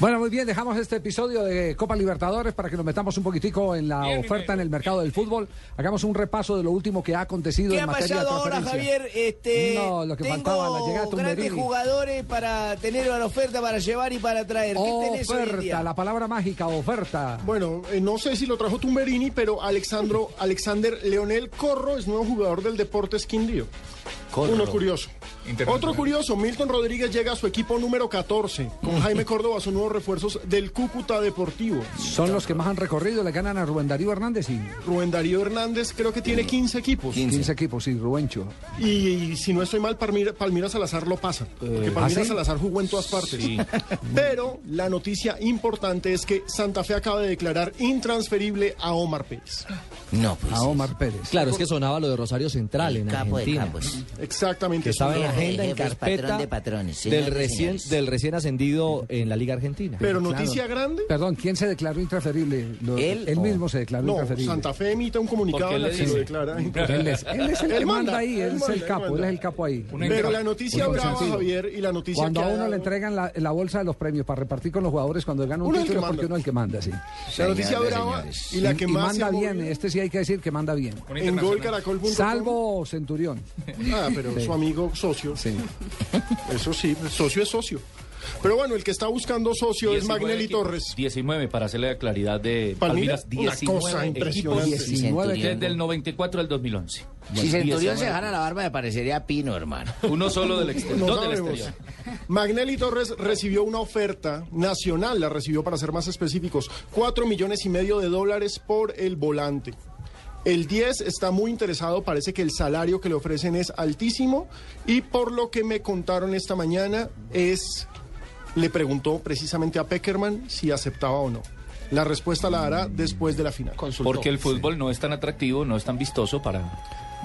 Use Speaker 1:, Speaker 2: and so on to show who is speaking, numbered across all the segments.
Speaker 1: Bueno, muy bien, dejamos este episodio de Copa Libertadores para que nos metamos un poquitico en la
Speaker 2: Bien, mi
Speaker 1: oferta en
Speaker 2: negro.
Speaker 1: el mercado del fútbol. Hagamos un repaso de lo último que ha acontecido
Speaker 2: ¿Qué
Speaker 1: en
Speaker 2: ha
Speaker 1: materia de
Speaker 2: pasado ahora,
Speaker 1: transferencia.
Speaker 2: Javier? Este,
Speaker 1: No, lo que
Speaker 2: tengo
Speaker 1: faltaba, la llegada de
Speaker 2: grandes
Speaker 1: Tumberini.
Speaker 2: jugadores para tener una oferta para llevar y para traer. ¿Qué tenés hoy en
Speaker 1: Oferta,
Speaker 2: día?
Speaker 1: la palabra mágica, oferta.
Speaker 3: Bueno, eh, no sé si lo trajo Tumberini, pero Alexandro, Alexander Leonel Corro es nuevo jugador del Deportes Quindío. Uno curioso.
Speaker 4: Internacional.
Speaker 3: Otro curioso, Milton Rodríguez llega a su equipo número 14, con Jaime Córdoba, son nuevos refuerzos del Cúcuta Deportivo.
Speaker 1: Son los que más han recorrido, le ganan a Rubén Darío Hernández y
Speaker 3: Rubén Darío Hernández creo que tiene 15 equipos.
Speaker 1: 15 equipos, y Rubencho.
Speaker 3: Y, y si no estoy mal, Palmira, Palmira Salazar lo pasa. Porque
Speaker 1: ¿Ah,
Speaker 3: Palmira
Speaker 1: sí?
Speaker 3: Salazar jugó en todas partes. Pero la noticia importante es que Santa Fe acaba de declarar intransferible a Omar Pérez.
Speaker 5: No, pues.
Speaker 1: A Omar Pérez.
Speaker 6: Claro, es que sonaba lo de Rosario Central en
Speaker 5: capo pues. de
Speaker 6: Argentina.
Speaker 5: capos.
Speaker 3: Exactamente.
Speaker 6: Que estaba en la
Speaker 5: Jefe de
Speaker 6: agenda, en
Speaker 5: jefes,
Speaker 6: carpeta
Speaker 5: patrón de patrones,
Speaker 6: del,
Speaker 5: señores,
Speaker 6: recién,
Speaker 5: señores.
Speaker 6: del recién ascendido en la Liga Argentina.
Speaker 3: Pero
Speaker 1: Claro.
Speaker 3: noticia grande.
Speaker 1: Perdón, ¿quién se declaró intransferible? Lo-
Speaker 5: ¿Él o-
Speaker 1: mismo se declaró
Speaker 3: No,
Speaker 1: intransferible.
Speaker 3: Santa Fe emite un comunicado
Speaker 4: Porque
Speaker 3: en
Speaker 4: le
Speaker 3: el que lo
Speaker 4: dice.
Speaker 3: declara.
Speaker 1: Él es, él es el
Speaker 3: Él
Speaker 1: que manda,
Speaker 3: manda,
Speaker 1: ahí,
Speaker 3: él
Speaker 1: él es
Speaker 3: manda,
Speaker 1: el
Speaker 3: él
Speaker 1: capo, él
Speaker 3: manda.
Speaker 1: es el capo ahí.
Speaker 4: Una
Speaker 3: Pero la
Speaker 4: entrada.
Speaker 3: noticia
Speaker 1: Un
Speaker 3: brava,
Speaker 1: consentido.
Speaker 3: Javier, y la noticia
Speaker 1: Cuando
Speaker 3: que
Speaker 1: a
Speaker 3: ha
Speaker 1: uno
Speaker 3: dado-
Speaker 1: le entregan la, la bolsa de los premios para repartir con los jugadores cuando gana un
Speaker 3: Uno es el
Speaker 1: título,
Speaker 3: que
Speaker 1: porque
Speaker 3: manda.
Speaker 1: uno es el que manda, sí.
Speaker 3: La noticia
Speaker 5: Señores,
Speaker 3: brava
Speaker 5: señores.
Speaker 3: y la que
Speaker 1: Y
Speaker 3: más se ha
Speaker 1: manda bien,
Speaker 3: movido
Speaker 1: este sí hay que decir que manda bien.
Speaker 4: Un
Speaker 3: en
Speaker 4: internacional.
Speaker 3: golcaracol.com.
Speaker 1: Salvo Centurión.
Speaker 3: Ah, pero su amigo socio.
Speaker 1: Sí.
Speaker 3: Eso sí, socio es socio. Pero bueno, el que está buscando socio es
Speaker 4: 19
Speaker 3: Magnelli
Speaker 4: equipos.
Speaker 3: Torres.
Speaker 7: 19 para hacerle la claridad de
Speaker 3: Palmira,
Speaker 7: Palmiras,
Speaker 3: una
Speaker 7: 19
Speaker 3: cosa
Speaker 7: equipos
Speaker 3: impresionante.
Speaker 5: Si
Speaker 1: 19
Speaker 5: Centurión-
Speaker 7: desde el 94 al 2011.
Speaker 5: Si Centurión
Speaker 7: 19.
Speaker 5: se dejara la barba, me parecería Pino, hermano.
Speaker 7: Uno solo del exterior,
Speaker 3: No
Speaker 7: dos del
Speaker 3: sabemos.
Speaker 7: exterior.
Speaker 3: Magnelli Torres recibió una oferta nacional, la recibió para ser más específicos, 4 millones y medio de dólares por el volante. El 10 está muy interesado, parece que el salario que le ofrecen es altísimo y por lo que me contaron esta mañana es, le preguntó precisamente a Peckerman si aceptaba o no. La respuesta la dará después de la final.
Speaker 7: Porque el fútbol no es tan atractivo, no es tan vistoso para.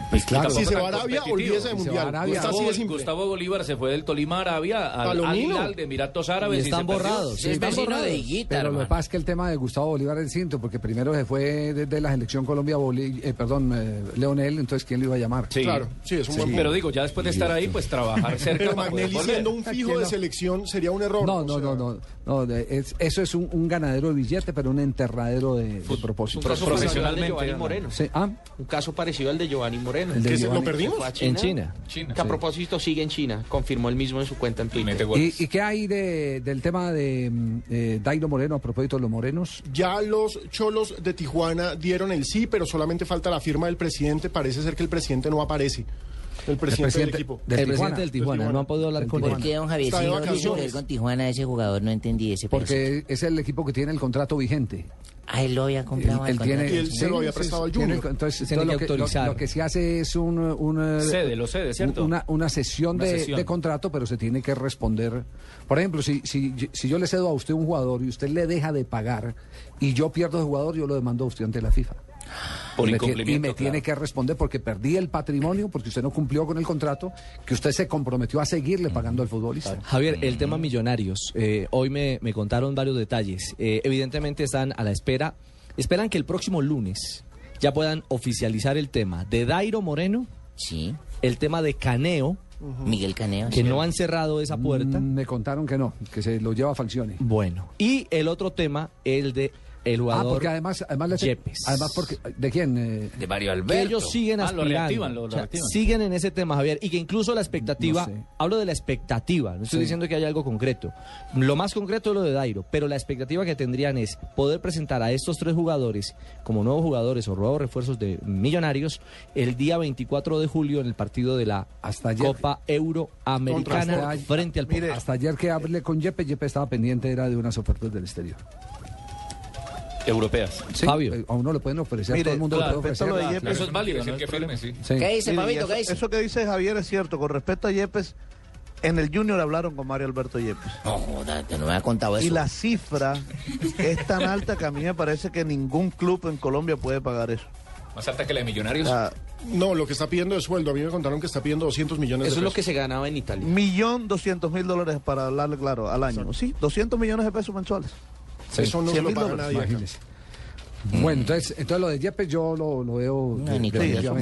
Speaker 1: Pues claro.
Speaker 3: Si se va a
Speaker 7: tan
Speaker 3: Arabia,
Speaker 7: competitivo.
Speaker 3: olvídese de
Speaker 1: Si se va a
Speaker 3: Mundial.
Speaker 1: Arabia.
Speaker 3: Está así de
Speaker 7: Gustavo,
Speaker 3: simple.
Speaker 7: Gustavo Bolívar se fue del Tolima a Arabia al
Speaker 3: Palomino.
Speaker 7: Al-Hilal de Emiratos
Speaker 6: Y
Speaker 7: Árabes. y
Speaker 6: están
Speaker 7: se perdió.
Speaker 6: borrados.
Speaker 5: Sí, es
Speaker 6: están
Speaker 5: vecino
Speaker 6: borrados.
Speaker 5: de Higuita,
Speaker 1: Pero lo que
Speaker 5: hermano.
Speaker 1: pasa es que el tema de Gustavo Bolívar es distinto, porque primero se fue desde la selección Colombia, Bolí- eh, perdón, eh, Leonel, entonces ¿quién lo iba a llamar?
Speaker 7: Sí.
Speaker 3: Claro, sí, es un buen punto.
Speaker 7: Pero digo, ya después de estar ahí, pues trabajar cerca.
Speaker 3: Pero
Speaker 7: para poder
Speaker 3: Magnelli
Speaker 7: volver.
Speaker 3: siendo un fijo de selección sería un error.
Speaker 1: No,
Speaker 3: o
Speaker 1: no,
Speaker 3: sea,
Speaker 1: no, no, no, de- es- eso es un, un ganadero de billete, pero un enterradero de, de propósito.
Speaker 7: Pro- profesionalmente.
Speaker 8: Giovanni
Speaker 7: ¿no?
Speaker 8: Moreno.
Speaker 1: Sí, ah,
Speaker 8: Un caso parecido al de Giovanni Moreno.
Speaker 1: El de
Speaker 3: ¿Que se-
Speaker 1: Giovanni.
Speaker 3: ¿Lo perdimos?
Speaker 8: Fue a
Speaker 6: En China.
Speaker 4: China.
Speaker 8: Que a propósito sigue en China, confirmó él mismo en su cuenta en
Speaker 4: Y
Speaker 8: Twitter.
Speaker 4: mete goles.
Speaker 1: ¿Y, y qué hay de- del tema de mm, eh, Dairo Moreno a propósito de los morenos?
Speaker 3: Ya los cholos de Tijuana dieron el sí, pero solamente falta la firma del presidente. Parece ser que el presidente no aparece. El presidente, del equipo.
Speaker 1: del Tijuana.
Speaker 6: el presidente del Tijuana,
Speaker 3: Del
Speaker 6: no han podido hablar
Speaker 1: Del
Speaker 6: con
Speaker 1: Tijuana.
Speaker 5: ¿Por
Speaker 6: él.
Speaker 5: qué, don Javier,
Speaker 3: Está de
Speaker 5: si no tiene que
Speaker 3: vacaciones.
Speaker 5: ver con Tijuana ese jugador? No entendí ese pedacito.
Speaker 1: Porque es el equipo que tiene el contrato vigente.
Speaker 5: Ah, él lo había
Speaker 1: Él,
Speaker 5: comprado al
Speaker 1: él tiene,
Speaker 5: contrato.
Speaker 3: Y él se lo había prestado al Junior.
Speaker 1: tiene- Entonces,
Speaker 6: Tiene
Speaker 1: entonces
Speaker 6: que
Speaker 1: lo, que, lo-
Speaker 6: autorizar.
Speaker 1: lo que se hace es un, un, eh,
Speaker 7: Cede, lo cede, ¿cierto?
Speaker 1: Una, una sesión,
Speaker 7: Una
Speaker 1: de,
Speaker 7: sesión.
Speaker 1: de contrato, pero se tiene que responder. Por ejemplo, si, si, si yo le cedo a usted un jugador y usted le deja de pagar y yo pierdo el jugador, yo lo demando a usted ante la FIFA.
Speaker 7: Por
Speaker 1: Y me tie- y
Speaker 7: incumplimiento,
Speaker 1: me tiene que
Speaker 7: claro.
Speaker 1: responder porque perdí el patrimonio, porque usted no cumplió con el contrato, que usted se comprometió a seguirle pagando al futbolista.
Speaker 6: Javier, el tema
Speaker 1: Mm.
Speaker 6: millonarios. eh, hoy me, me contaron varios detalles. Eh, evidentemente están a la espera. Esperan que el próximo lunes ya puedan oficializar el tema de Dairo Moreno,
Speaker 5: Sí,
Speaker 6: el tema de Caneo,
Speaker 5: Miguel Caneo.
Speaker 6: que no han cerrado esa puerta.
Speaker 1: Mm, Me contaron que no, que se lo lleva a Falcioni.
Speaker 6: Bueno. Y el otro tema, el de el
Speaker 1: Ah,
Speaker 6: jugador.
Speaker 1: porque además, además, le-
Speaker 6: Yepes.
Speaker 1: además porque, ¿de quién? Eh,
Speaker 5: De Mario
Speaker 6: que
Speaker 5: Alberto.
Speaker 6: ellos siguen
Speaker 7: Ah, lo
Speaker 6: aspirando.
Speaker 7: reactivan, lo
Speaker 6: O sea,
Speaker 7: reactivan.
Speaker 6: siguen en ese tema, Javier, y que incluso la expectativa,
Speaker 1: No sé.
Speaker 6: hablo de la expectativa, no estoy
Speaker 1: Sí.
Speaker 6: diciendo que haya algo concreto. Lo más concreto es lo de Dairo, pero la expectativa que tendrían es poder presentar a estos tres jugadores como nuevos jugadores o nuevos refuerzos de Millonarios el día 24 de julio en el partido de la
Speaker 1: Hasta ayer.
Speaker 6: Copa
Speaker 1: Contra
Speaker 6: Euroamericana
Speaker 1: este-
Speaker 6: frente al Porto.
Speaker 1: hasta ayer que hablé con Yepe, Yepe estaba pendiente, era de unas ofertas del exterior.
Speaker 7: Europeas.
Speaker 1: Sí,
Speaker 6: Fabio.
Speaker 1: eh, A uno le pueden ofrecer,
Speaker 9: Mire,
Speaker 1: todo el mundo
Speaker 9: claro,
Speaker 1: le puede
Speaker 9: respecto a
Speaker 1: ofrecer. Ah,
Speaker 9: lo de Yepes,
Speaker 7: Eso es válido,
Speaker 4: Decir
Speaker 7: ¿no?
Speaker 4: que
Speaker 7: Es problema.
Speaker 4: firme, sí.
Speaker 1: Sí.
Speaker 5: ¿Qué dice,
Speaker 9: Mire, y
Speaker 5: Pabito?
Speaker 9: eso,
Speaker 5: ¿Qué dice?
Speaker 9: eso que dice Javier es cierto. Con respecto a Yepes, en el Junior hablaron con Mario Alberto Yepes.
Speaker 5: No, joda, que no me ha contado Pues eso.
Speaker 9: Y la cifra es tan alta que a mí me parece que ningún club en Colombia puede pagar eso.
Speaker 4: Más alta que la de
Speaker 9: O
Speaker 4: Millonarios.
Speaker 9: sea,
Speaker 3: No, lo que está pidiendo es sueldo. A mí me contaron que está pidiendo 200 millones
Speaker 8: Eso
Speaker 3: de
Speaker 8: es lo que
Speaker 3: pesos.
Speaker 8: se ganaba en Italia.
Speaker 9: millón doscientos mil dólares para hablarle claro al año. Sí, 200 millones de pesos mensuales.
Speaker 3: Eso no se
Speaker 9: Cien
Speaker 3: lo
Speaker 9: mil
Speaker 3: paga
Speaker 9: dólares.
Speaker 3: nadie. acá.
Speaker 1: Imagínese. Bueno, entonces, entonces lo de Yepes yo lo, lo veo
Speaker 5: No, ni
Speaker 1: de-
Speaker 5: con eso, ni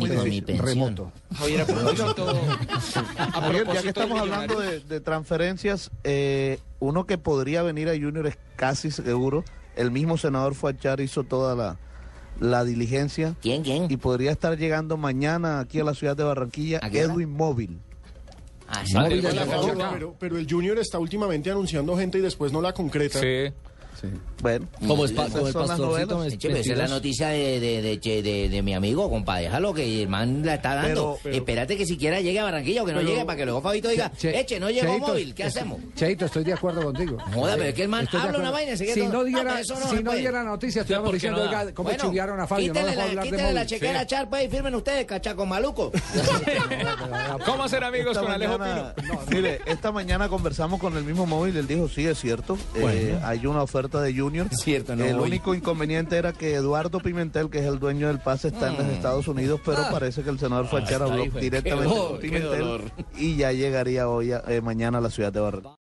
Speaker 1: definitivamente
Speaker 5: con mi pensión.
Speaker 1: remoto.
Speaker 8: Javier, a propósito, a
Speaker 9: Javier, ya
Speaker 8: propósito
Speaker 9: que estamos
Speaker 8: de
Speaker 9: hablando
Speaker 8: Millonarios,
Speaker 9: de, de transferencias, eh, uno que podría venir a Junior es casi seguro. El mismo senador Fachar hizo toda la, la diligencia
Speaker 5: ¿Quién,
Speaker 9: y
Speaker 5: quién?
Speaker 9: podría estar llegando mañana aquí a la ciudad de Barranquilla
Speaker 5: ¿A qué hora?
Speaker 9: Edwin Móvil.
Speaker 5: Ah, sí.
Speaker 1: Móvil
Speaker 3: Pero,
Speaker 1: de
Speaker 3: la
Speaker 1: Yepes.
Speaker 3: favor, pero- pero el Junior está últimamente anunciando gente y después no la concreta.
Speaker 7: Sí.
Speaker 9: Bueno,
Speaker 6: Como es pa-
Speaker 9: esas
Speaker 6: como el
Speaker 9: son las
Speaker 6: pastorcito este
Speaker 9: novelas.
Speaker 6: mes-
Speaker 5: Eche, pero esa es la
Speaker 6: 22.
Speaker 5: noticia de, de, de, che- de- de mi amigo, compadre. Déjalo que el man la está dando.
Speaker 9: Pero- pero-
Speaker 5: Espérate que siquiera llegue a Barranquilla o que no llegue para que luego Fabito diga,
Speaker 1: Che-
Speaker 5: eche, no llegó
Speaker 1: Cheito,
Speaker 5: móvil, ¿qué
Speaker 1: estoy-
Speaker 5: hacemos?
Speaker 1: Cheito, estoy de acuerdo contigo.
Speaker 5: Joda, pero es que el man
Speaker 1: Estoy de
Speaker 5: habla una
Speaker 1: acuerdo.
Speaker 5: vaina, se queda
Speaker 1: Si
Speaker 5: todo-
Speaker 1: no
Speaker 5: no,
Speaker 1: diera,
Speaker 5: pero eso no
Speaker 1: si
Speaker 5: se
Speaker 1: no
Speaker 5: puede.
Speaker 1: diera la noticia, estuviéramos
Speaker 7: ¿por qué no
Speaker 1: diciendo,
Speaker 7: da?
Speaker 1: oiga, cómo chiviaron a Fabio, no
Speaker 5: quítale
Speaker 1: dejó
Speaker 5: la,
Speaker 1: hablar de
Speaker 5: quítale la
Speaker 1: móvil.
Speaker 5: chequera
Speaker 7: Sí.
Speaker 5: charpa y firmen ustedes, cachaco maluco.
Speaker 7: ¿Cómo hacer amigos
Speaker 9: Esta
Speaker 7: con Alejo
Speaker 9: mañana-
Speaker 7: Pino?
Speaker 9: no, mire, esta mañana conversamos con el mismo móvil. Él dijo, sí, es cierto. eh, hay una oferta de Junior.
Speaker 5: cierto, no
Speaker 9: El
Speaker 5: voy.
Speaker 9: único inconveniente era que Eduardo Pimentel, que es el dueño del pase, está en
Speaker 5: Mm.
Speaker 9: los Estados Unidos, pero
Speaker 5: Ah.
Speaker 9: parece que el senador Fachar habló directamente con Pimentel y ya llegaría hoy a- eh, mañana a la ciudad de Barranquilla.